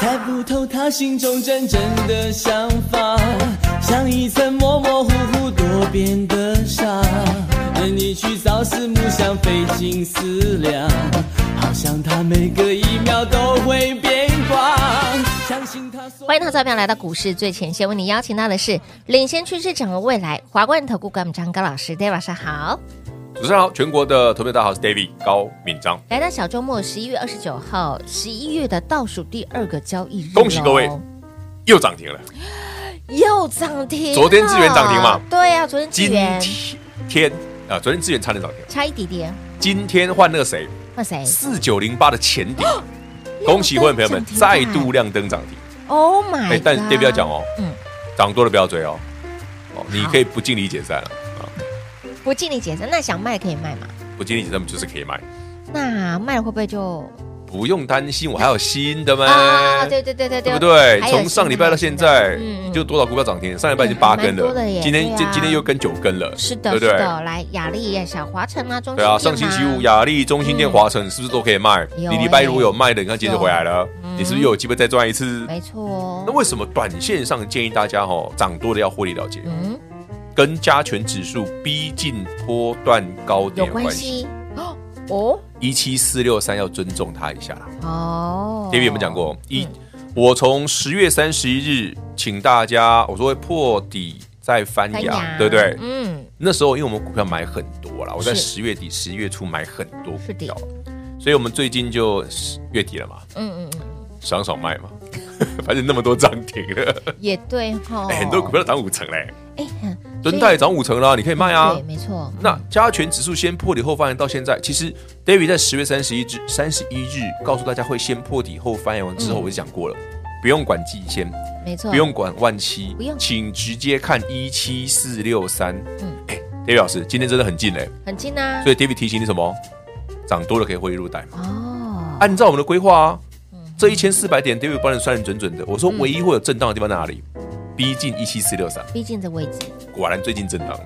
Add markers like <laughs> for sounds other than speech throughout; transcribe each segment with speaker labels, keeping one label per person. Speaker 1: 猜不透他心中真正的想法，像一层模模糊糊多变的沙，任你去朝思暮想，费尽思量，好像他每隔一秒都会变卦。相信他所
Speaker 2: 欢迎投资者朋友来到股市最前线，为你邀请到的是领先趋势掌握未来华冠投顾管理张高老师，大家晚上好。
Speaker 3: 主持人好，全国的投票大家好，我是 David 高敏章，
Speaker 2: 来到小周末，十一月二十九号，十一月的倒数第二个交易日，
Speaker 3: 恭喜各位，又涨停了。
Speaker 2: 又涨停了。
Speaker 3: 昨天智源涨停嘛
Speaker 2: 对啊，昨天资
Speaker 3: 今
Speaker 2: 源
Speaker 3: 天啊，昨天资源差点涨停了，
Speaker 2: 差一点点，
Speaker 3: 今天换那个谁，
Speaker 2: 那谁
Speaker 3: 四九零八的
Speaker 2: <gasps>
Speaker 3: 前顶，恭喜会员朋友们
Speaker 2: 亮灯涨
Speaker 3: 再
Speaker 2: 停啊板
Speaker 3: 度亮灯涨停。
Speaker 2: ？Oh my！
Speaker 3: 哎但
Speaker 2: God
Speaker 3: 对不要讲哦
Speaker 2: 嗯，
Speaker 3: 涨多了不要追哦，哦，你
Speaker 2: 好
Speaker 3: 可以不尽力解散了啊，
Speaker 2: 不尽力解散，那想卖可以卖嘛？
Speaker 3: 不尽力解散就是可以买，
Speaker 2: 那卖了会不会就
Speaker 3: 不用担心，我还有新的吗？
Speaker 2: 啊？对对对对
Speaker 3: 哎
Speaker 2: 对，
Speaker 3: 对不对？
Speaker 2: 还有
Speaker 3: 从上礼拜到现在，就多少股票涨停？上礼拜已经八根
Speaker 2: 嗯嗯还蛮多的耶
Speaker 3: 了，今天
Speaker 2: 对啊
Speaker 3: 今今天又跟九根了，
Speaker 2: 是的，是
Speaker 3: 对不对？
Speaker 2: 的，来雅丽、小华城啊，中
Speaker 3: 对啊，上星期五雅丽、中心店、
Speaker 2: 嗯
Speaker 3: 华晨是不是都可以卖？你
Speaker 2: 有
Speaker 3: 礼
Speaker 2: 欸
Speaker 3: 拜如果有卖的，你看今天就回来了
Speaker 2: 嗯，
Speaker 3: 你是不嗯是又有嗯机会再赚一次？
Speaker 2: 没错哦
Speaker 3: 那为什么短线上建议大家哦，涨多的要获利了结，
Speaker 2: 嗯，
Speaker 3: 跟加权指数逼近波段高
Speaker 2: 有
Speaker 3: 点有
Speaker 2: 关
Speaker 3: 关系？
Speaker 2: 系哦
Speaker 3: 一七四六三要尊重它一下啦。
Speaker 2: 哦
Speaker 3: David 有没有讲？过？一，我从十月三十一日请大家，我说会破底再翻
Speaker 2: 三
Speaker 3: 阳，
Speaker 2: 亚
Speaker 3: 对不对？
Speaker 2: 嗯，
Speaker 3: 那时候因为我们股票买很多啦，我在
Speaker 2: 是
Speaker 3: 十月底、十一月初买很多股
Speaker 2: 是的
Speaker 3: 票，所以我们最近就10月底了嘛，
Speaker 2: 嗯嗯嗯，
Speaker 3: 爽爽卖嘛， <laughs> 反正那么多涨停了，
Speaker 2: 也对哈
Speaker 3: <laughs> 哎，很多股票都涨五成嘞，
Speaker 2: 哎，
Speaker 3: 敦泰涨五成啦，你可以卖啊
Speaker 2: 对，。没错。
Speaker 3: 那加权指数先破底后翻扬到现在，其实 David 在十月三十一日三十一日告诉大家会先破底后翻扬完
Speaker 2: 嗯
Speaker 3: 之后，我就讲过了，不用管季线，
Speaker 2: 没错，
Speaker 3: 不用管万七，
Speaker 2: 不用
Speaker 3: 请直接看一七四六三。
Speaker 2: 嗯
Speaker 3: 嗯，哎，David 老师今天真的很近嘞、
Speaker 2: 很近啊。
Speaker 3: 所以 David 提醒你什么？涨多了可以获利入袋嘛？
Speaker 2: 哦，嗯
Speaker 3: 按照我们的规划啊，这一千四百点 David 帮你算的准准的。我说唯一会有震荡的地方在哪里？逼近一七四六三，
Speaker 2: 逼近的位置
Speaker 3: 果然最近震荡了，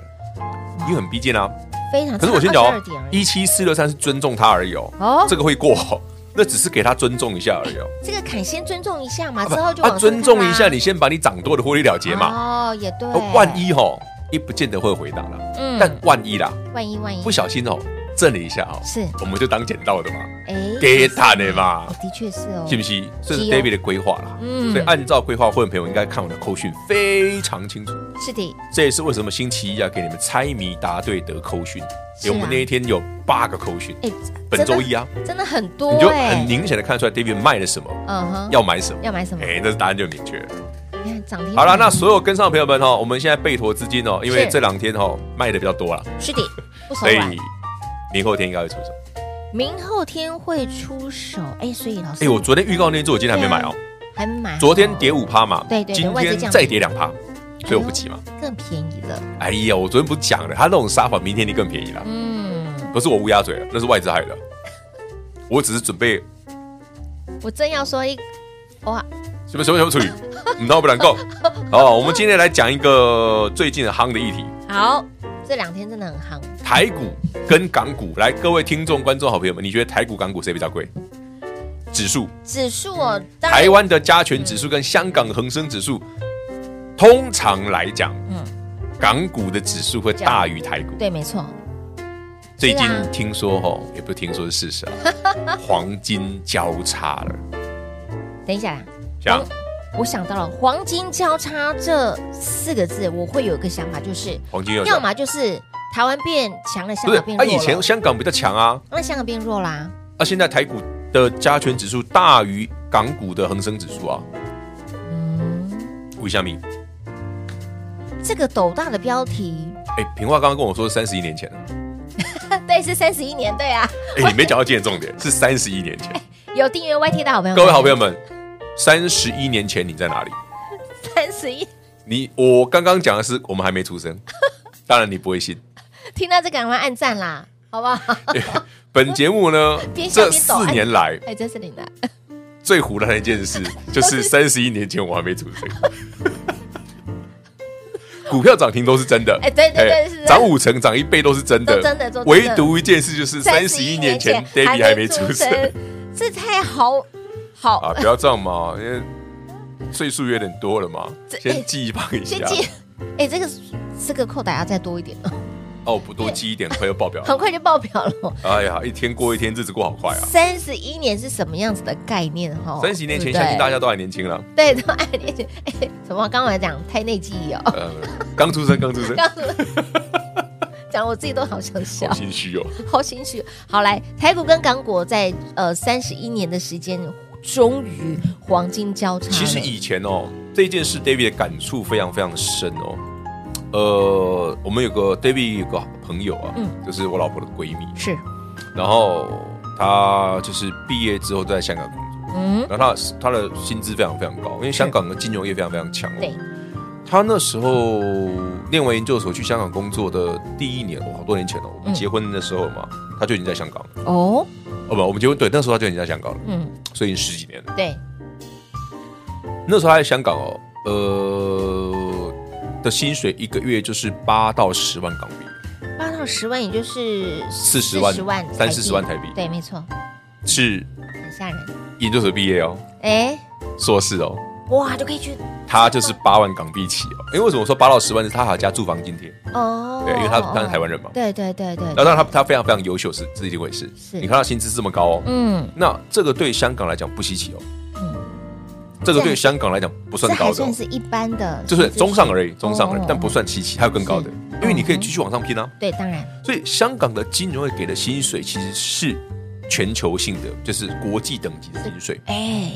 Speaker 3: 因为很逼近啊。
Speaker 2: 非常。
Speaker 3: 可是我先讲
Speaker 2: 二
Speaker 3: 哦
Speaker 2: 点而，已
Speaker 3: 一七四六三是尊重它而已
Speaker 2: 哦
Speaker 3: 哦，这个会过哦，那只是给他尊重一下而已哦。
Speaker 2: 这个砍先尊重一下嘛，
Speaker 3: 啊
Speaker 2: 之
Speaker 3: 不
Speaker 2: 后就
Speaker 3: 啊，
Speaker 2: 往上
Speaker 3: 尊重
Speaker 2: 看
Speaker 3: 一
Speaker 2: 啦
Speaker 3: 下，你先把你涨多的获利了结嘛。
Speaker 2: 哦，也对。
Speaker 3: 万一吼，一不见得会回档了，
Speaker 2: 嗯
Speaker 3: 但万一啦，
Speaker 2: 万一万一
Speaker 3: 不小心哦，震了一下哦，
Speaker 2: 是
Speaker 3: 我们就当捡到的嘛。
Speaker 2: 哎，
Speaker 3: 给他的嘛
Speaker 2: 哦的确是哦，
Speaker 3: 信不信？啊这是
Speaker 2: 是哦
Speaker 3: David 的规划啦。
Speaker 2: 嗯
Speaker 3: 所以按照规划，会员朋友应该看我的扣讯非常清楚。
Speaker 2: 是的，
Speaker 3: 这也是为什么星期一要给你们猜谜答对得扣讯，
Speaker 2: 是啊
Speaker 3: 因为我们那一天有八个扣讯，
Speaker 2: 哎，
Speaker 3: 本周一啊，
Speaker 2: 真的真的很
Speaker 3: 你
Speaker 2: 多
Speaker 3: 就
Speaker 2: 哎，
Speaker 3: 很明显的看出来 David 卖了什么，
Speaker 2: 嗯哼，
Speaker 3: 要买什么。
Speaker 2: 要买什么？
Speaker 3: 哎，那答案就很明确了。
Speaker 2: 你看涨停
Speaker 3: 好了，
Speaker 2: 板
Speaker 3: 那所有跟上的朋友们哈，我们现在备妥资金哦，因为
Speaker 2: 是
Speaker 3: 这两天哈卖的比较多了， <laughs>
Speaker 2: 是的，不手
Speaker 3: 所以
Speaker 2: 软，
Speaker 3: 明后天应该会出手。
Speaker 2: 明后天会出手，哎，所以老师，
Speaker 3: 哎，我昨天预告那一只，我今天还没买哦。
Speaker 2: 还没买哦，
Speaker 3: 昨天跌五趴嘛，
Speaker 2: 对对对
Speaker 3: 今
Speaker 2: 外资这哎
Speaker 3: 天
Speaker 2: 样
Speaker 3: 再跌两趴，所以我不急嘛。
Speaker 2: 更便宜了，
Speaker 3: 哎呀，我昨天不是讲了，他那种杀法，明天你更便宜了，
Speaker 2: 嗯，
Speaker 3: 不是我乌鸦嘴了，那是外资害的。我只是准备
Speaker 2: 我真要说一哇，
Speaker 3: 什么什么什么处理，你道不能够。哦，我们今天来讲一个最近的夯的议题，
Speaker 2: 好，这两天真的很夯，
Speaker 3: 台股跟港股。来，各位听众、观众、好朋友们，你觉得台股、港股谁比较贵？指数，
Speaker 2: 指数哦，当然
Speaker 3: 台湾的加权指数跟香港恒生指数，通常来讲，
Speaker 2: 嗯
Speaker 3: 港股的指数会大于台股。
Speaker 2: 对，没错，
Speaker 3: 最近
Speaker 2: 是啊
Speaker 3: 听说吼，也不是听说是事实
Speaker 2: <laughs>
Speaker 3: 啊，黄金交叉了，
Speaker 2: 等一下啦，
Speaker 3: 讲
Speaker 2: 哎我想到了“黄金交叉”这四个字，我会有一个想法，就是
Speaker 3: 黄金又
Speaker 2: 要么就是台湾变强了，香
Speaker 3: 不是
Speaker 2: 港变
Speaker 3: 啊？
Speaker 2: 弱
Speaker 3: 以前
Speaker 2: 了
Speaker 3: 香港比较强啊，
Speaker 2: 那香港变弱啦，
Speaker 3: 啊，现在台股的加权指数大于港股的恒生指数啊，
Speaker 2: 嗯，
Speaker 3: 为什么？
Speaker 2: 这个斗大的标题，
Speaker 3: 哎，平话刚刚跟我说三十一年前了，
Speaker 2: <laughs> 对，是三十一年，对啊，
Speaker 3: 哎，你没讲到今天的重点，是三十一年前。
Speaker 2: 有订阅 YT 的好朋友，
Speaker 3: 各位好朋
Speaker 2: 友，
Speaker 3: 友们，三十一年前你在哪里？
Speaker 2: 三
Speaker 4: 此一
Speaker 3: 你我刚刚讲的是我们还没出
Speaker 2: <laughs>
Speaker 3: 生，当然你不会信。 <laughs>
Speaker 2: 听到这个赶快按赞啦，好不 <laughs> 好？
Speaker 3: 本节目呢
Speaker 2: <laughs> 边，笑
Speaker 3: 这
Speaker 2: 边抖
Speaker 3: 四年来
Speaker 2: 哎，这是你的，
Speaker 3: 最胡乱的一
Speaker 2: <laughs>
Speaker 3: 件事，就是三十一年前我还没出生。 <laughs> 股票涨停都是真的，
Speaker 2: 哎对对对
Speaker 3: 哎
Speaker 2: 是的
Speaker 3: 涨五成、涨一倍都是真的，
Speaker 2: 都真的都真的
Speaker 3: 唯独一件事就是三十一年前 David 还没出生，
Speaker 2: 这太好好，
Speaker 3: 啊！不要这样嘛，因为岁数有点多了嘛，
Speaker 2: 这哎
Speaker 3: 先记一放一
Speaker 2: 先
Speaker 3: 下。
Speaker 2: 记， <laughs> 哎，这个这个扣打要再多一点，
Speaker 3: 哦，不多记一点，快要爆表了。
Speaker 2: <laughs> 很快就爆表了。
Speaker 3: 哎呀，一天过一天，日子过好快啊！
Speaker 2: 三十一年是什么样子的概念哈？
Speaker 3: 三十年前，
Speaker 2: 对不对
Speaker 3: 相信大家都还年轻了，
Speaker 2: 对都爱年轻。 <laughs> 哎，什么？刚才讲胎内记忆哦，
Speaker 3: 呃，刚出生，刚出生，
Speaker 2: 刚讲我自己都好想笑
Speaker 3: 好，心虚哦。
Speaker 2: 好心虚。好来，台股跟港股在呃三十一年的时间，终于黄金交叉了。
Speaker 3: 其实以前哦，这件事 David 的感触非常非常深哦。呃，我们有个 David 有个朋友啊，
Speaker 2: 嗯
Speaker 3: 就是我老婆的闺蜜，
Speaker 2: 是
Speaker 3: 然后她就是毕业之后都在香港工作，
Speaker 2: 嗯
Speaker 3: 然后她她的薪资非常非常高，因为香港的金融业非常非常强、
Speaker 2: 对
Speaker 3: 哦。她那时候念完研究所去香港工作的第一年，哦，好多年前哦，我们
Speaker 2: 嗯
Speaker 3: 结婚的时候嘛，她就已经在香港了。
Speaker 2: 哦
Speaker 3: 哦不，我们结婚对，那时候她就已经在香港了，
Speaker 2: 嗯
Speaker 3: 所以已经十几年了。
Speaker 2: 对
Speaker 3: 那时候他在香港哦，呃，的薪水一个月就是八到十万港币，
Speaker 2: 八到十万也就是
Speaker 3: 40万
Speaker 2: 40万
Speaker 3: 30
Speaker 2: 币
Speaker 3: 万台币
Speaker 2: 对没错哎
Speaker 3: 是
Speaker 2: 很吓人
Speaker 3: 研究所毕业哦，
Speaker 2: 哎
Speaker 3: 硕士哦，
Speaker 2: 哇就可以去
Speaker 3: 他就是八万港币起哦。因为为什么说八到十万是他还要加住房津贴？
Speaker 2: 哦
Speaker 3: 对，因为他
Speaker 2: 哦
Speaker 3: 他是台湾人嘛。
Speaker 2: 对对对对
Speaker 3: 那当然他他非常非常优秀是是一定回事，
Speaker 2: 是
Speaker 3: 你看他薪资这么高哦，
Speaker 2: 嗯
Speaker 3: 那这个对香港来讲不稀奇哦，
Speaker 2: 嗯
Speaker 3: 这个
Speaker 2: 这
Speaker 3: 对
Speaker 2: 还
Speaker 3: 香港来讲不
Speaker 2: 这
Speaker 3: 算
Speaker 2: 还
Speaker 3: 高的哦
Speaker 2: 算，是一般的
Speaker 3: 就
Speaker 2: 薪资水
Speaker 3: 是
Speaker 2: 平，
Speaker 3: 中上而已，中上而已
Speaker 2: 哦，
Speaker 3: 但不算稀奇，还有更高的
Speaker 2: 是，
Speaker 3: 因为你可以
Speaker 2: 嗯哼
Speaker 3: 继续往上拼啊。
Speaker 2: 对当然
Speaker 3: 所以香港的金融业给的薪水其实是全球性的，就是国际等级的薪水，
Speaker 2: 哎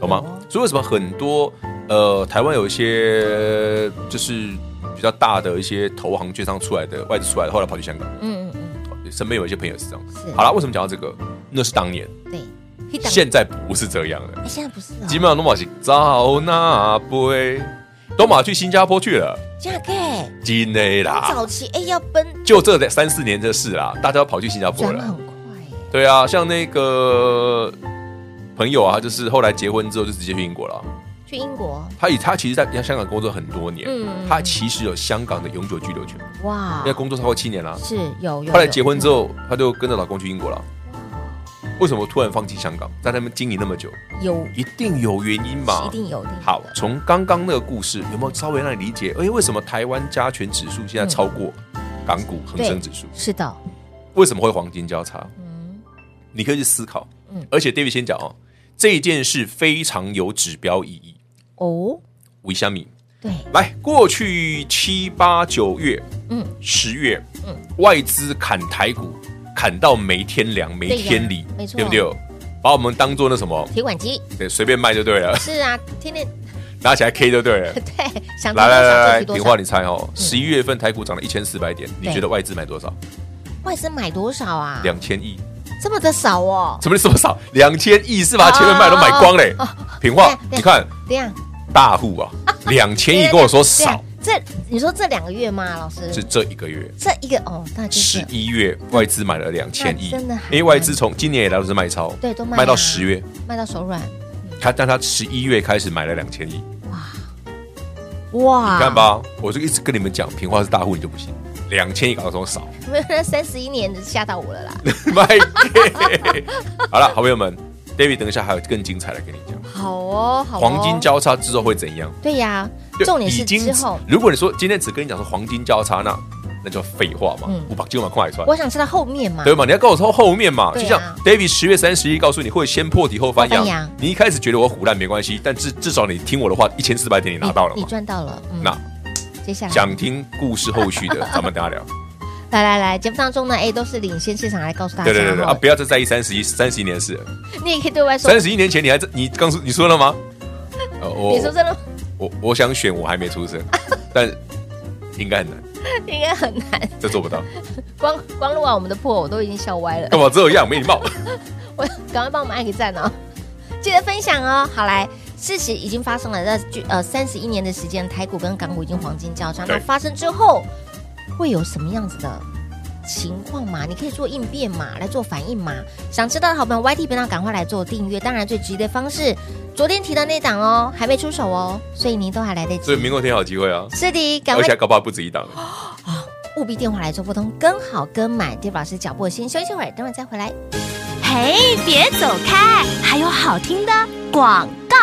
Speaker 3: 懂吗？所以为什么很多呃台湾有一些就是比较大的一些投行券商出来的外资出来的，后来跑去香港，
Speaker 2: 嗯嗯嗯
Speaker 3: 身边有一些朋友是这样。
Speaker 2: 是
Speaker 3: 好啦，为什么讲到这个？那是当年，
Speaker 2: 对一档
Speaker 3: 嗯现在不是这样了。
Speaker 2: 哎现在不是哦
Speaker 3: 基本上都马是早那杯，都马去新加坡去了，
Speaker 2: 价格哎
Speaker 3: 真的啦，
Speaker 2: 早期哎要奔
Speaker 3: 就这三四年的事啦，大家都跑去新加坡
Speaker 2: 转
Speaker 3: 了。
Speaker 2: 很快哎
Speaker 3: 对啊，像那个朋友啊，他就是后来结婚之后就直接去英国了。
Speaker 2: 去英国
Speaker 3: 他以他其实在香港工作很多年，
Speaker 2: 嗯
Speaker 3: 他其实有香港的永久居留权，
Speaker 2: 哇
Speaker 3: 因为工作超过七年啦。
Speaker 2: 是有有
Speaker 3: 后来
Speaker 2: 有
Speaker 3: 结婚之
Speaker 2: 有
Speaker 3: 后，他就跟着老公去英国了。为什么突然放弃香港，在那边经营那么久，
Speaker 2: 有
Speaker 3: 一定有原因嘛
Speaker 2: 一？定有一定有
Speaker 3: 好
Speaker 2: 的，
Speaker 3: 从刚刚那个故事有没有稍微让你理解？哎，为什么台湾加权指数
Speaker 2: 嗯
Speaker 3: 现在超过港股恒生指数？
Speaker 2: 是的，
Speaker 3: 为什么会黄金交叉？
Speaker 2: 嗯，
Speaker 3: 你可以去思考。
Speaker 2: 嗯
Speaker 3: 而且 David 先讲哦，这一件事非常有指标意义。
Speaker 2: 哦，
Speaker 3: 维虾米，
Speaker 2: 对，
Speaker 3: 来，过去七八九月、
Speaker 2: 嗯，
Speaker 3: 十月，
Speaker 2: 嗯
Speaker 3: 外资砍台股，砍到没天良、没
Speaker 2: 对呀
Speaker 3: 天理，
Speaker 2: 没错
Speaker 3: 对不对？把我们当做那什么，
Speaker 2: 提款机
Speaker 3: 对，随便卖就对
Speaker 2: <laughs>
Speaker 3: 了，
Speaker 2: 是啊，天天。
Speaker 3: 拿起来 K 就 <laughs> 对了
Speaker 2: <laughs> 对，想
Speaker 3: 来来来来，
Speaker 2: 多
Speaker 3: 平
Speaker 2: 少嗯
Speaker 3: 话你猜哦，十一月份台股涨了一千四百点，你
Speaker 2: 对
Speaker 3: 觉得外资买多少？
Speaker 2: 外资买多少啊？
Speaker 3: 两千亿？
Speaker 2: 这么的少哦，
Speaker 3: 什么什么少？两千亿是把前面卖都买光嘞
Speaker 2: 哦。
Speaker 3: 平话
Speaker 2: 对对，
Speaker 3: 你看
Speaker 2: 这样
Speaker 3: 大
Speaker 2: <laughs>
Speaker 3: 户啊，两千亿跟我说少，，
Speaker 2: 啊这样这你说这两个月吗？老师
Speaker 3: 是这一个月。
Speaker 2: 这一个哦，那就
Speaker 3: 十
Speaker 2: 是
Speaker 3: 一月外资买了两千亿，
Speaker 2: 那真的还
Speaker 3: 因为外资从今年以来都是卖超，
Speaker 2: 对都卖啊
Speaker 3: 卖到十月，
Speaker 2: 卖到手软
Speaker 3: 他但他十一月开始买了两千亿，你
Speaker 2: 哇，
Speaker 3: 看，吧，我就一直跟你们讲，平花是大户，你就不信，两千亿搞到这么少， <laughs>
Speaker 2: 没有那三十一年吓到我了啦，
Speaker 3: 卖给 <laughs> 好了，好朋友们，David 等一下还有更精彩的跟你讲，
Speaker 2: 好哦，好哦，
Speaker 3: 黄金交叉之后会怎样？
Speaker 2: 对呀
Speaker 3: 对，
Speaker 2: 重点
Speaker 3: 已
Speaker 2: 是
Speaker 3: 经
Speaker 2: 之后。
Speaker 3: 如果你说今天只跟你讲说黄金交叉，那那叫废话嘛
Speaker 2: 嗯，
Speaker 3: 我把金马跨一串。
Speaker 2: 我想知道后面嘛，
Speaker 3: 对嘛？你要告诉我后面嘛，
Speaker 2: 对
Speaker 3: 就
Speaker 2: 啊
Speaker 3: 像 David 十月三十一告诉你会先破底后翻
Speaker 2: 后
Speaker 3: 阳，
Speaker 2: 翻阳
Speaker 3: 你一开始觉得我胡乱没关系，但至至少你听我的话，一千四百点你拿到了
Speaker 2: 你
Speaker 3: 嘛？
Speaker 2: 赚到了。嗯
Speaker 3: 那
Speaker 2: 接下来
Speaker 3: 想听故事后续的，咱们等下聊。
Speaker 2: 来来来，节目当中呢，哎，都是领先市场来告诉大家
Speaker 3: 对对对对
Speaker 2: 哈
Speaker 3: 啊！不要再在意三十一三十一年的事了，
Speaker 2: 你也可以对外说，
Speaker 3: 三十一年前你还在你刚说你说了吗？呃，我
Speaker 2: 你说真的吗 <laughs>
Speaker 3: 我我想选我还没出生，但应该很难，
Speaker 2: 应该很难。
Speaker 3: 这做不到。
Speaker 2: 光光录完我们的破，我都已经笑歪了。
Speaker 3: 干嘛这样没礼貌？
Speaker 2: <laughs> 我赶快帮我们按个赞哦，记得分享哦。好来，事实已经发生了，那就呃三十一年的时间，台股跟港股已经黄金交叉。那
Speaker 3: 对
Speaker 2: 发生之后会有什么样子的情况嘛？你可以做应变嘛，来做反应嘛。想知道的好朋友，YT 频道赶快来做订阅。当然，最直接的方式，昨天提到那档哦，还没出手哦，所以您都还来得
Speaker 3: 所以
Speaker 2: 及。
Speaker 3: 明后天好机会啊，
Speaker 2: 是的，赶
Speaker 3: 而且
Speaker 2: 快
Speaker 3: 还搞不好不止一档。
Speaker 2: 务必电话来做拨通，跟好跟满。d a 老师脚步先休息会儿，等会儿再回来。
Speaker 5: 嘿，别走开，还有好听的广告。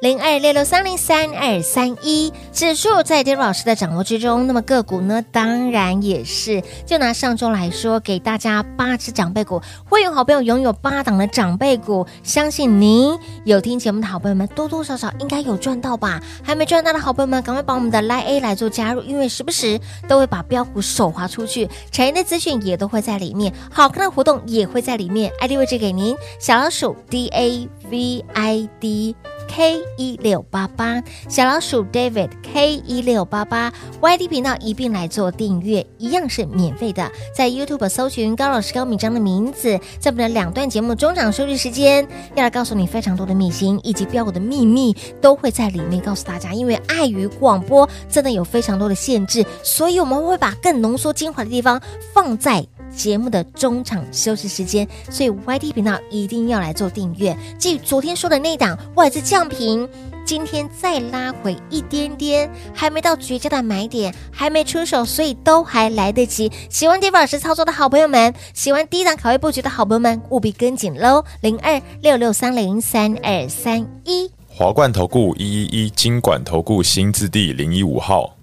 Speaker 2: 零二六六三零三二三一指数在 d 老师的掌握之中，那么个股呢，当然也是。就拿上周来说，给大家八只长辈股，会员好朋友拥有八档的长辈股，相信您有听节目的好朋友们，多多少少应该有赚到吧？还没赚到的好朋友们，赶快把我们的 Line A 来做加入，因为时不时都会把标股手划出去，产业的资讯也都会在里面，好看的活动也会在里面。ID 位置给您，小老鼠 D A V I D。K 一六八八，小老鼠 David K 一六八八，YT 频道一并来做订阅，一样是免费的。在 YouTube 搜寻高老师高敏章的名字，在我们的两段节目中场休息时间，要来告诉你非常多的秘辛以及标股的秘密，都会在里面告诉大家。因为碍于广播真的有非常多的限制，所以我们会把更浓缩精华的地方放在节目的中场休息时间，所以 YT 频道一定要来做订阅。至于昨天说的那档外资降频，今天再拉回一点点，还没到绝佳的买点，还没出手，所以都还来得及。喜欢 David 老师操作的好朋友们，喜欢第一档卡位布局的好朋友们，务必跟紧喽！零二六六三零三二三一。
Speaker 6: 华冠投顾一一一金管投顾新字第零一五号，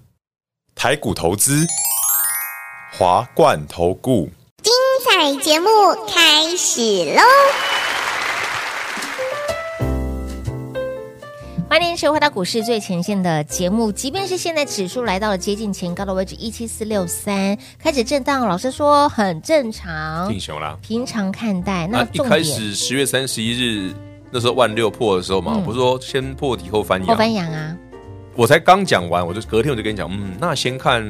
Speaker 6: 台股投资，华冠投顾。
Speaker 7: 彩节目开始喽！
Speaker 2: 欢迎收回到股市最前线的节目。即便是现在指数来到了接近前高的位置一七四六三，开始震荡，老师说很正常
Speaker 3: 定，熊啦，
Speaker 2: 平常看待。嗯那
Speaker 3: 那一
Speaker 2: 重
Speaker 3: 开
Speaker 2: 点
Speaker 3: 始十月三十一日那时候万六破的时候嘛，
Speaker 2: 嗯
Speaker 3: 我不是说先破底后翻
Speaker 2: 后翻
Speaker 3: 阳，
Speaker 2: 阳啊，
Speaker 3: 我才刚讲完，我就隔天我就跟你讲，嗯，那先看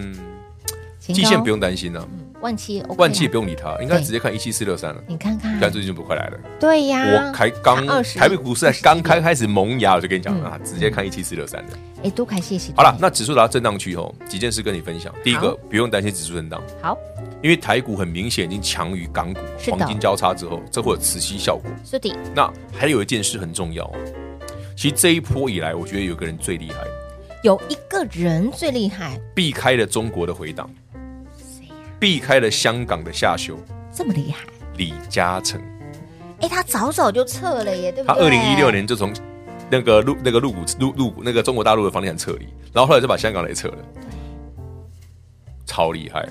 Speaker 2: 前
Speaker 3: 季
Speaker 2: 高
Speaker 3: 线不，用担心了，
Speaker 2: 嗯万七 OK，
Speaker 3: 万七
Speaker 2: 啊
Speaker 3: 也不用理它，应该
Speaker 2: 对
Speaker 3: 直接看一七四六三了。
Speaker 2: 你看看
Speaker 3: 但，最近就不快来了，
Speaker 2: 对呀，
Speaker 3: 我才刚
Speaker 2: 差20
Speaker 3: 台北股市才刚开开始萌芽，我就跟你讲
Speaker 2: 嗯
Speaker 3: 啊，直接看一七四六三的。
Speaker 2: 哎，都凯谢谢。
Speaker 3: 好了，那指数达到震荡区后，几件事跟你分享。第一个
Speaker 2: 好，
Speaker 3: 不用担心指数震荡，
Speaker 2: 好，
Speaker 3: 因为台股很明显已经强于港股，
Speaker 2: 是的
Speaker 3: 黄金交叉之后，这会有磁吸效果。
Speaker 2: 是的，
Speaker 3: 那还有一件事很重要哦，其实这一波以来，我觉得有个人最厉害，
Speaker 2: 有一个人最厉害，
Speaker 3: 避开了中国的回档，避开了香港的下修，
Speaker 2: 这么厉害，
Speaker 3: 李嘉诚，
Speaker 2: 哎，他早早就撤了耶，对不
Speaker 3: 他
Speaker 2: 对？
Speaker 3: 二零一六年就从那个入那个入股入入股那个中国大陆的房地产撤离，然后后来就把香港的也撤了，超厉害，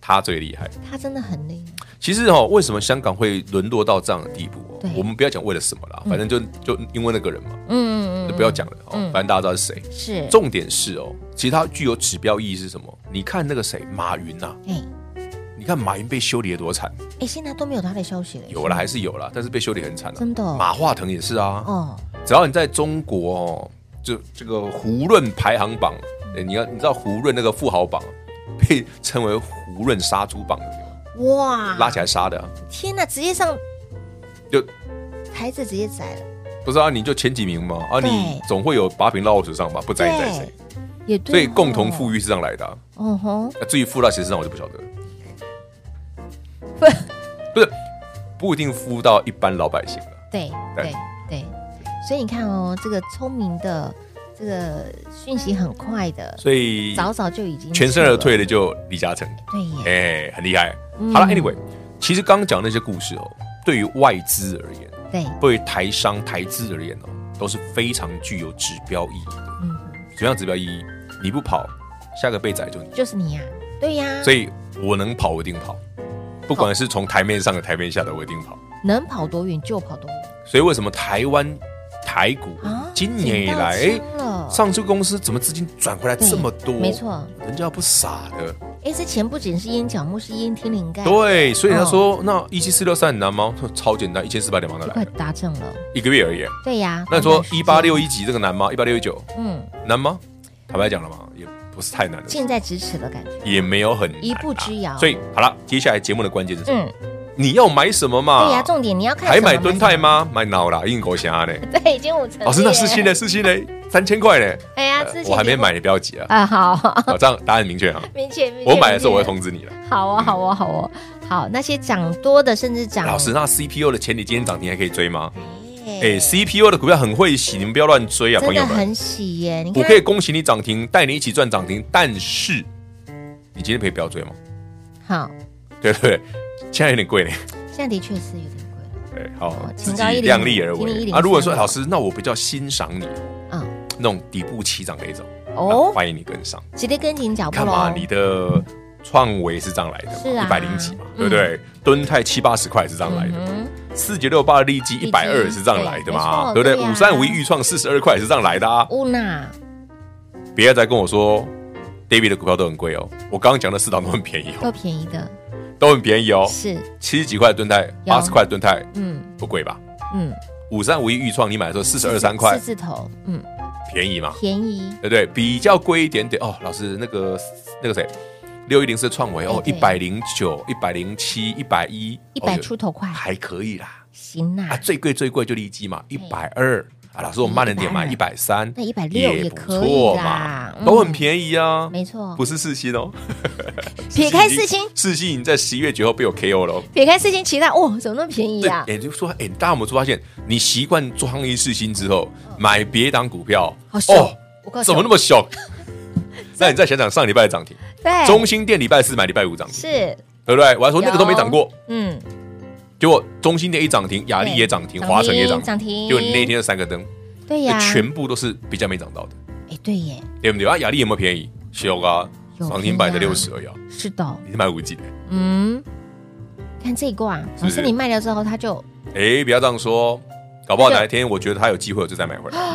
Speaker 3: 他最厉害。
Speaker 2: 他真的很厉害，
Speaker 3: 其实哦，为什么香港会沦落到这样的地步、哦
Speaker 2: 对？
Speaker 3: 我们不要讲为了什么啦，反正就就因为那个人嘛，
Speaker 2: 嗯
Speaker 3: 就不要讲了哦。
Speaker 2: 嗯
Speaker 3: 反正大家知道是谁。
Speaker 2: 是，
Speaker 3: 重点是哦，其实它具有指标意义是什么？你看那个谁，马云呐、
Speaker 2: 哎
Speaker 3: 你看马云被修理得多惨，
Speaker 2: 哎，现在都没有他的消息了，
Speaker 3: 有啦还是有啦，但是被修理很惨啊。
Speaker 2: 嗯真的哦
Speaker 3: 马化腾也是啊，
Speaker 2: 哦，
Speaker 3: 只要你在中国哦，就这个胡润排行榜，哎你要你知道胡润那个富豪榜啊 <laughs> 被称为胡润杀猪榜的，
Speaker 2: 哇，
Speaker 3: 拉起来杀的啊、
Speaker 2: 天哪，直接上
Speaker 3: 就
Speaker 2: 台子直接宰了，
Speaker 3: 不是啊，你就前几名嘛，啊，
Speaker 2: 对
Speaker 3: 你总会有把柄落我手上吧，不在意在谁，
Speaker 2: 也对，哦
Speaker 3: 所以共同富
Speaker 2: 裕，
Speaker 3: 裕是这样来的、啊。
Speaker 2: 哦吼，
Speaker 3: 那至于付到谁身上，我就不晓
Speaker 2: <laughs>
Speaker 3: 得。不是，不一定付到一般老百姓啊了。
Speaker 2: 对
Speaker 3: 对
Speaker 2: 对对，所以你看哦，这个聪明的，这个讯息很快的，
Speaker 3: 所以
Speaker 2: 早早就已经
Speaker 3: 全身而退的就李嘉诚，
Speaker 2: 对耶，
Speaker 3: 哎、很厉害。
Speaker 2: 嗯
Speaker 3: 好了，anyway，其实刚刚讲那些故事哦，对于外资而言，
Speaker 2: 对，
Speaker 3: 对于台商、台资而言哦，都是非常具有指标意义的。
Speaker 2: 嗯，
Speaker 3: 什么样指标意义？你不跑，下个被宰就你。
Speaker 2: 就是你啊呀，对呀，
Speaker 3: 所以我能跑，我一定跑，不
Speaker 2: 哦
Speaker 3: 管是从台面上的、台面下的，我一定跑。
Speaker 2: 能跑多远就跑多远
Speaker 3: 所以为什么台湾台股
Speaker 2: 啊！
Speaker 3: 今年以来，
Speaker 2: 捡
Speaker 3: 哎
Speaker 2: 到枪了
Speaker 3: 上市公司怎么资金转回来
Speaker 2: 对
Speaker 3: 这么多？
Speaker 2: 没，错，
Speaker 3: 人家不傻的。
Speaker 2: 哎，这钱不仅是烟角木，是烟天灵盖，，
Speaker 3: 对，啊所以
Speaker 2: 哦
Speaker 3: 他说，那一七四六三很难吗？哼超简单，一千四百点忙得
Speaker 2: 就
Speaker 3: 来
Speaker 2: 快
Speaker 3: 了，
Speaker 2: 达成了，
Speaker 3: 一个月而已。
Speaker 2: 对呀。
Speaker 3: 那你说
Speaker 2: 短短时
Speaker 3: 一
Speaker 2: 间
Speaker 3: 八六，一几这个难吗？一八六一九
Speaker 2: 嗯，
Speaker 3: 难吗？坦白讲了嘛，也不是太难的事，
Speaker 2: 近在咫尺的感觉，
Speaker 3: 也没有很难啊
Speaker 2: 一步之遥
Speaker 3: 所以好了，接下来节目的关键是什么？
Speaker 2: 嗯，
Speaker 3: 你要买什么嘛？
Speaker 2: 对呀，重点你要看
Speaker 3: 啊还
Speaker 2: 什么
Speaker 3: 买敦泰？吗？买脑啦，硬狗侠哦嘞。
Speaker 2: 对，已经五成。
Speaker 3: 老师，那四星嘞，四星嘞，三千块嘞。
Speaker 2: 哎呀，
Speaker 3: 呃
Speaker 2: 之前
Speaker 3: 我还没
Speaker 2: 节目
Speaker 3: 买，你不要急啊。
Speaker 2: 啊，好，
Speaker 3: 啊，这样答案明
Speaker 2: <laughs>
Speaker 3: 确啊。
Speaker 2: 明确明确。
Speaker 3: 我买的时候我会
Speaker 2: 明确
Speaker 3: 通知你了。
Speaker 2: 好啊，好啊，好啊，好，那些涨多的甚至涨
Speaker 3: 老师，那 CPU 的前提今天涨停还可以追吗？哎
Speaker 2: 哎
Speaker 3: ，CPU 的股票很会洗，你们不要乱追啊，
Speaker 2: 真
Speaker 3: 朋友
Speaker 2: 的
Speaker 3: 们。
Speaker 2: 很喜耶！你
Speaker 3: 我
Speaker 2: 看，
Speaker 3: 可以恭喜你涨停，带你一起赚涨停，但是你今天可以不要追吗？ <laughs>
Speaker 2: 好，
Speaker 3: 对不对？现在有点贵嘞。
Speaker 2: 现在的确是有点贵了。
Speaker 3: 对，好
Speaker 2: 哦，
Speaker 3: 自
Speaker 2: 请
Speaker 3: 己
Speaker 2: 高一点
Speaker 3: 量力而
Speaker 2: 请你一
Speaker 3: 为
Speaker 2: 零
Speaker 3: 啊。如果说
Speaker 2: 三
Speaker 3: 老师，那我比较欣赏你
Speaker 2: 嗯，
Speaker 3: 那种底部起涨那种，那
Speaker 2: 哦，
Speaker 3: 欢迎你跟上。
Speaker 2: 直接跟紧脚步
Speaker 3: 看嘛，
Speaker 2: 喽。
Speaker 3: 你的创维是这样来的
Speaker 2: 是
Speaker 3: 嘛，
Speaker 2: 啊
Speaker 3: 一百零几嘛，对不对？敦泰七八十块是这样来的嘛，
Speaker 2: 嗯
Speaker 3: 四九六八的利基一百二是这样来的嘛，
Speaker 2: 对
Speaker 3: 对不对？
Speaker 2: 没错对
Speaker 3: 五
Speaker 2: 啊
Speaker 3: 三五一预创四十二块也是这样来的啊
Speaker 2: 哼，！乌娜，
Speaker 3: 别再跟我说 David 的股票都很贵哦，我刚刚讲的四档都很便宜哦，
Speaker 2: 够便宜的，
Speaker 3: 都很便宜哦，
Speaker 2: 是，
Speaker 3: 七十几块的敦泰，
Speaker 2: 有
Speaker 3: 八十块的敦泰
Speaker 2: 嗯
Speaker 3: 不贵吧？
Speaker 2: 嗯，
Speaker 3: 五三五一预创你买的时候四十二三块
Speaker 2: 四，字头，嗯，
Speaker 3: 便宜嘛，
Speaker 2: 便宜，
Speaker 3: 对不对？比较贵一点点哦。老师，那个那个谁，六一零四创维哦，
Speaker 2: 哎
Speaker 3: 一
Speaker 2: 对
Speaker 3: 百零九、一百零七、一百一、
Speaker 2: 一百
Speaker 3: 哦
Speaker 2: 出嗯头块，
Speaker 3: 还可以啦。
Speaker 2: 行
Speaker 3: 啊，
Speaker 2: 啦，
Speaker 3: 最贵最贵就利基嘛，一百二啊。老师，我慢了点嘛，一百三，
Speaker 2: 那160也
Speaker 3: 不
Speaker 2: 可以
Speaker 3: 错
Speaker 2: 啦
Speaker 3: 嘛，
Speaker 2: 嗯
Speaker 3: 都很便宜啊。
Speaker 2: 没错
Speaker 3: 不。是四星哦，
Speaker 2: 撇开四星，
Speaker 3: 四星已经在十一月九号被我 KO 了哦。
Speaker 2: 撇开四星，其他哦，怎么那么便宜
Speaker 3: 对，
Speaker 2: 啊
Speaker 3: 哎、？就说，哎、大家有没有发现，你习惯装一四星之后，买别档股票，
Speaker 2: 嗯好
Speaker 3: 哦
Speaker 2: 凶我告诉你
Speaker 3: 怎么那
Speaker 2: <laughs>
Speaker 3: 么凶？那你再想想上礼拜的涨停，
Speaker 2: 对，
Speaker 3: 中心店礼拜四买，礼拜五涨停，
Speaker 2: 是
Speaker 3: 对不对？我还说那个都没涨过，，
Speaker 2: 有嗯，
Speaker 3: 结果中心店一涨停，雅丽也涨停，
Speaker 2: 对
Speaker 3: 华晨也
Speaker 2: 涨
Speaker 3: 涨
Speaker 2: 停
Speaker 3: 停，就那天的三个灯，
Speaker 2: 对啊
Speaker 3: 这
Speaker 2: 呀，
Speaker 3: 全部都是比较没涨到的，
Speaker 2: 哎，对耶，
Speaker 3: 对不对？啊，雅丽有没有便宜？有啊，
Speaker 2: 有
Speaker 3: 涨停板的
Speaker 2: 便宜啊
Speaker 3: 六十而已啊，
Speaker 2: 是的，哦
Speaker 3: 你是买五 G 的。
Speaker 2: 嗯，看这一卦，
Speaker 3: 是
Speaker 2: 老
Speaker 3: 不
Speaker 2: 师
Speaker 3: 是
Speaker 2: 你卖掉之后，它就
Speaker 3: 哎，不要这样说，搞不好
Speaker 2: 那就
Speaker 3: 哪一天我觉得它有机会，我就再买回来。
Speaker 2: <gasps>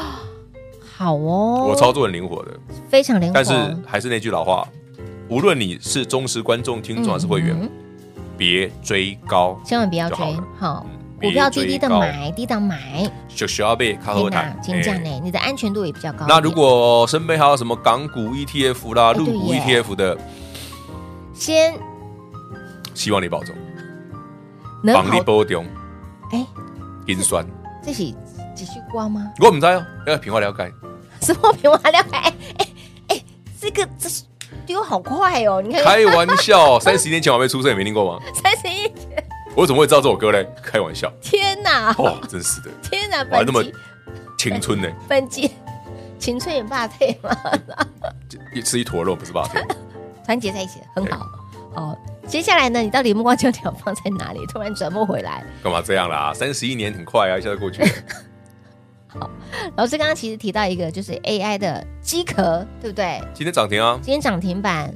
Speaker 2: 好哦，
Speaker 3: 我操作很灵活的，
Speaker 2: 非常灵活，
Speaker 3: 但是还是那句老话，无论你是忠实观众、听众还是会员
Speaker 2: 嗯，
Speaker 3: 别追高，
Speaker 2: 千万不要
Speaker 3: 就好
Speaker 2: 追
Speaker 3: 了，
Speaker 2: 好
Speaker 3: 嗯，
Speaker 2: 股
Speaker 3: 别
Speaker 2: 票低低的
Speaker 3: 追高
Speaker 2: 买，低档买，
Speaker 3: 小小贝卡后台
Speaker 2: 金价
Speaker 3: 哎
Speaker 2: 呢，你的安全度也比较高一点。
Speaker 3: 那如果身边还有什么港股 ETF 啦、
Speaker 2: 哎对
Speaker 3: 陆股
Speaker 2: 耶
Speaker 3: ETF 的，
Speaker 2: 先
Speaker 3: 希望你保重，
Speaker 2: 能
Speaker 3: 防
Speaker 2: 好
Speaker 3: 力，波动、
Speaker 2: 哎，
Speaker 3: 银酸。
Speaker 2: 这是继续刮吗？ <laughs>
Speaker 3: 我唔知哦，要平话了解。
Speaker 2: 什么平滑量？ <laughs> 哎哎哎，这个这是丢好快哦，你看
Speaker 3: 开玩笑，三十年前我还没出生，也没听过吗？
Speaker 2: 三十一，
Speaker 3: 我怎么会知道这首歌嘞？开玩
Speaker 2: <laughs>
Speaker 3: 笑，
Speaker 2: 天哪，
Speaker 3: 哦，真是的，
Speaker 2: 天哪，
Speaker 3: 我还
Speaker 2: 本
Speaker 3: 那么
Speaker 2: 集
Speaker 3: 青春呢，
Speaker 2: 本集 <laughs> 青春也罢退嘛。
Speaker 3: 一吃一坨肉不是吧？
Speaker 2: 团结在一起，很好。哦，接下来呢，你到底目光焦点要放在哪里？突然转不回来。
Speaker 3: 干嘛这样啦？三十一年很快啊，一下就过去了。
Speaker 2: 老师刚刚其实提到一个，就是 AI 的机壳，对不对？
Speaker 3: 今天涨停啊，
Speaker 2: 今天涨停板，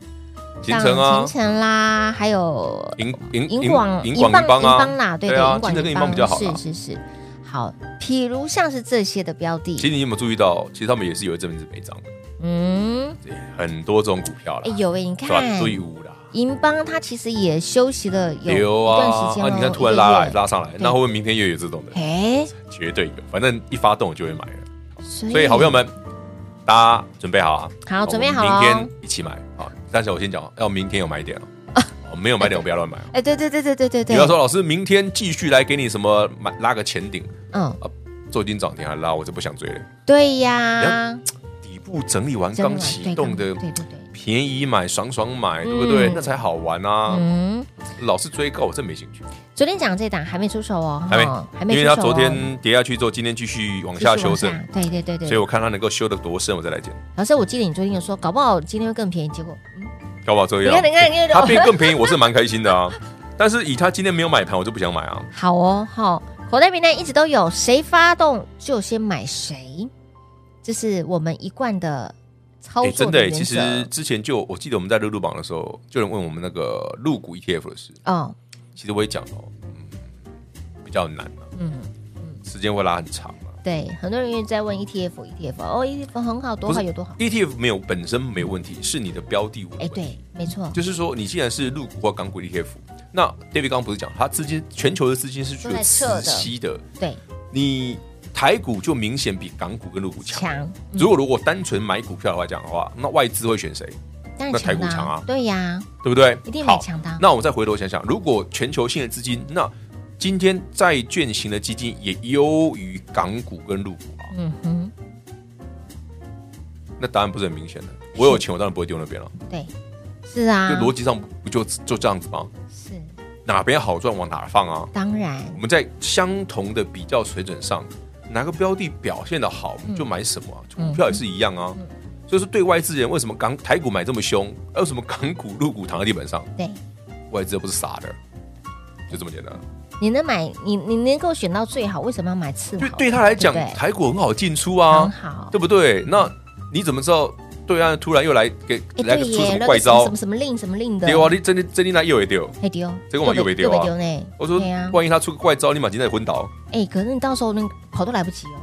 Speaker 3: 行程
Speaker 2: 涨
Speaker 3: 啊
Speaker 2: 停，城啦，还有
Speaker 3: 银银
Speaker 2: 银广、
Speaker 3: 银广银邦
Speaker 2: 啦，
Speaker 3: 啊，
Speaker 2: 对
Speaker 3: 对啊
Speaker 2: 银，
Speaker 3: 今
Speaker 2: 广
Speaker 3: 天跟银邦比较好啦。
Speaker 2: 是是是，好。譬如像是这些的标
Speaker 3: 其实
Speaker 2: 的，
Speaker 3: 你有没有注意到，其实他们也是有一阵子没涨的，
Speaker 2: 嗯，
Speaker 3: 对很多这种股票
Speaker 2: 哎
Speaker 3: 啦，
Speaker 2: 有哎，你
Speaker 3: 转
Speaker 2: 看
Speaker 3: 队伍啦，
Speaker 2: 银邦它其实也休息了有
Speaker 3: 有
Speaker 2: 一段
Speaker 3: 啊
Speaker 2: 时间
Speaker 3: 啊，
Speaker 2: 了，
Speaker 3: 你看突然拉来
Speaker 2: 一个月
Speaker 3: 拉上来，那会不会明天又有这种的？
Speaker 2: 哎，
Speaker 3: 绝对有，反正一发动我就会买了。
Speaker 2: 所
Speaker 3: 所以，好朋友，们，大家准备好啊！
Speaker 2: 好
Speaker 3: 我们
Speaker 2: 准备好咯
Speaker 3: 明天一起买好，但是我先讲，要明天有买点哦，哦没有买点我不要乱买哦。
Speaker 2: 哎，对对对对对对
Speaker 3: 不
Speaker 2: 对，
Speaker 3: 要说老师明天继续来给你什么买拉个前顶
Speaker 2: 嗯，
Speaker 3: 啊，做金涨停还拉，我就不想追了。
Speaker 2: 对
Speaker 3: 你
Speaker 2: 呀，
Speaker 3: 底部整理完
Speaker 2: 真
Speaker 3: 刚启动的
Speaker 2: 对对对，
Speaker 3: 便宜买，爽爽买，对不对
Speaker 2: 嗯？
Speaker 3: 那才好玩啊！
Speaker 2: 嗯，
Speaker 3: 老是追高，我真没兴趣。
Speaker 2: 昨天讲这档还没出手哦，
Speaker 3: 还没
Speaker 2: 哈，还没
Speaker 3: 因
Speaker 2: 出
Speaker 3: 为
Speaker 2: 手哦，
Speaker 3: 它昨天跌下去之后，今天继续往
Speaker 2: 继续
Speaker 3: 下修
Speaker 2: 往
Speaker 3: 正，
Speaker 2: 对对对对，
Speaker 3: 所以我看它能够修得多深，我再来讲。
Speaker 2: 老师，我记得你昨天有说，搞不好今天会更便宜，结果
Speaker 3: 搞不好这样。
Speaker 2: 你看你看你看
Speaker 3: 它变更便宜，我是蛮开心的啊。 <laughs> 但是以它今天没有买盘，我就不想买啊。
Speaker 2: 好哦，好，口袋名单一直都有，谁发动就先买谁，这是我们一贯的操
Speaker 3: 诶
Speaker 2: 作
Speaker 3: 哎真
Speaker 2: 的
Speaker 3: 的、诶
Speaker 2: 原则。
Speaker 3: 其实之前就我记得我们在热度榜的时候，就有人问我们那个入股 ETF 的事，
Speaker 2: 哦，
Speaker 3: 其实我也讲了哦，嗯，比较难、啊，
Speaker 2: 嗯，
Speaker 3: 时间会拉很长啊。
Speaker 2: 对，很多人一直在问 E ETF ETF，哦，ETF 很好，多
Speaker 3: 不
Speaker 2: 好
Speaker 3: 是
Speaker 2: 有多好，
Speaker 3: ETF E 没有本身没有问题，是你的标的物。
Speaker 2: 哎，，对，没错，
Speaker 3: 就是说你既然是入股或港股 ETF，那 David 刚刚不是讲他资金全球的资金是具
Speaker 2: 都在
Speaker 3: 有
Speaker 2: 撤的
Speaker 3: 磁吸的，
Speaker 2: 对，
Speaker 3: 你台股就明显比港股跟入股强。
Speaker 2: 强，嗯
Speaker 3: 如果如果单纯买股票的话讲的话，那外资会选谁？
Speaker 2: 当然
Speaker 3: 那台
Speaker 2: 强
Speaker 3: 股
Speaker 2: 的
Speaker 3: 强啊
Speaker 2: 对呀、
Speaker 3: 对不对？
Speaker 2: 一定
Speaker 3: 好
Speaker 2: 蛮强的啊
Speaker 3: 那我们再回头想想，如果全球性的资金，那今天债券型的基金也优于港股跟陆股啊，
Speaker 2: 嗯哼，
Speaker 3: 那答案不是很明显的。我有钱，我当然不会丢那边了，
Speaker 2: 对，是啊
Speaker 3: 就，逻辑上不就就这样子吗？
Speaker 2: 是
Speaker 3: 哪边好赚往哪儿放啊？
Speaker 2: 当然，
Speaker 3: 我们在相同的比较水准上，哪个标的表现的好，
Speaker 2: 嗯
Speaker 3: 我们就买什么啊、股票也是一样啊。所以说，对外资人为什么港台股买这么凶，呃为什么港股、陆股躺在地板上？
Speaker 2: 对，
Speaker 3: 外资又不是傻的，就这么简单。
Speaker 2: 你能买你你能够选到最好，为什么要买次
Speaker 3: 因为
Speaker 2: 好？
Speaker 3: 对他来讲
Speaker 2: 对嗯不，对
Speaker 3: 台股很好进出
Speaker 2: 很
Speaker 3: 啊，
Speaker 2: 好，
Speaker 3: 对不对？那你怎么知道对岸突然又来给
Speaker 2: 哎
Speaker 3: 来个
Speaker 2: 对
Speaker 3: 出
Speaker 2: 耶
Speaker 3: 什
Speaker 2: 那
Speaker 3: 么
Speaker 2: 个
Speaker 3: 怪招
Speaker 2: 什么？什么令什么令的，
Speaker 3: 丢啊！你真的真的那又也丢。
Speaker 2: 哎丢，
Speaker 3: 这个我
Speaker 2: 又
Speaker 3: 又
Speaker 2: 被
Speaker 3: 没丢啊
Speaker 2: 又被丢呢。
Speaker 3: 我说
Speaker 2: 对啊，，
Speaker 3: 万一他出个怪招，你马今天也昏倒，
Speaker 2: 哎，可是你到时候那个跑都来不及哦，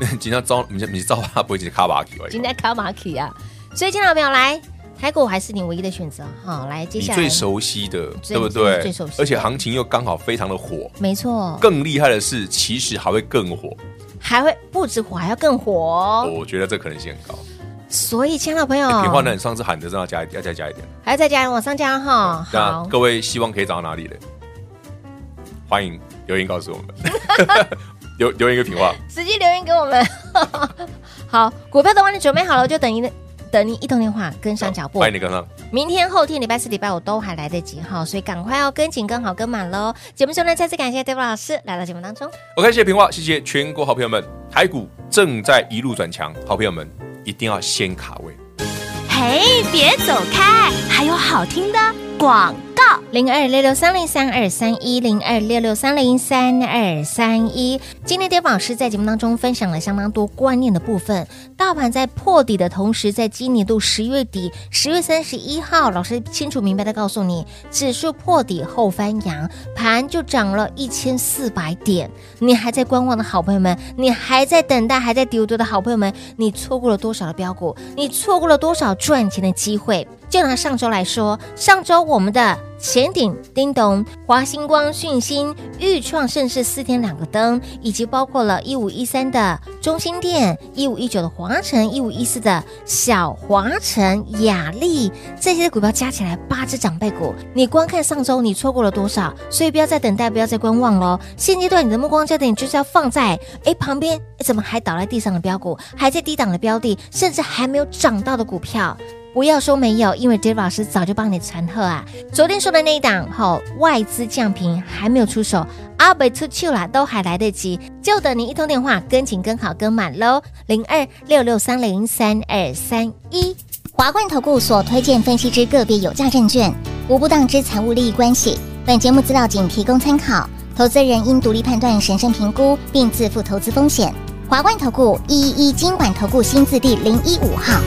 Speaker 3: 那 <laughs> 今天招你你招他不会直接卡巴去而已
Speaker 2: 今。天卡马奇啊，所以，亲老朋友来，台股还是你唯一的选择哈。来，接
Speaker 3: 你
Speaker 2: 下来
Speaker 3: 最熟悉的，
Speaker 2: 最
Speaker 3: 对不
Speaker 2: 最
Speaker 3: 对？
Speaker 2: 最熟悉的
Speaker 3: 而且行情又刚好非常的火。
Speaker 2: 没错，
Speaker 3: 更厉害的是，其实还会更火，
Speaker 2: 还会不止火，还要更火哦。嗯
Speaker 3: 我觉得这可能性很高。哎
Speaker 2: 所以，亲爱的朋友，
Speaker 3: 平话呢，你上次喊的是要加要再加一点。
Speaker 2: 还要再加人往上加哈。
Speaker 3: 那
Speaker 2: 好，
Speaker 3: 各位希望可以找到哪里嘞？欢迎留言告诉我们，
Speaker 2: <laughs>
Speaker 3: 留留言一个评话。
Speaker 2: 直接留言给我们。 <laughs> 好，股票的话你准备好了，就等你等你一通电话跟上脚步
Speaker 3: 欢。迎你跟上。
Speaker 2: 明天、后天、礼拜四、礼拜五都还来得及哈，所以赶快要跟紧、跟好、跟满喽。节目中呢，再次感谢 David 老师来到节目当中。
Speaker 3: OK，谢谢平话，谢谢全国好朋友们，台股正在一路转强，好朋友们一定要先卡位。
Speaker 5: 嘿，别走开，还有好听的广告。
Speaker 2: 零二六六三零三二三一零二六六三零三二三一。呃今天 d a 老师在节目当中分享了相当多观念的部分。大盘在破底的同时，在今年度十月底，十月三十一号，老师清楚明白的告诉你，指数破底后翻扬，盘就涨了一千四百点。你还在观望的好朋友们，你还在等待、还在丢丢的好朋友们，你错过了多少的标股？你错过了多少赚钱的机会？就拿上周来说，上周我们的前顶、叮咚、华星光、讯星、豫创，甚至四天两个灯，以及包括了一五一三的中心店、一五一九的华晨、一五一四的小华晨、雅丽这些股票加起来八只长辈股，你光看上周你错过了多少？所以不要再等待，不要再观望喽。现阶段你的目光焦点就是要放在哎旁边诶怎么还倒在地上的标股，还在低档的标的，甚至还没有涨到的股票。不要说没有，因为 Dave 老师早就帮你传贺啊。昨天说的那一档，吼、外资降频还没有出手，阿北出去了都还来得及，就等你一通电话跟紧、跟好、跟满喽。零二六六三零三二三一。
Speaker 7: 华冠投顾所推荐分析之个别有价证券，无不当之财务利益关系。本节目资料仅提供参考，投资人应独立判断、审慎评估，并自负投资风险。华冠投顾一一一金管投顾新字第零一五号。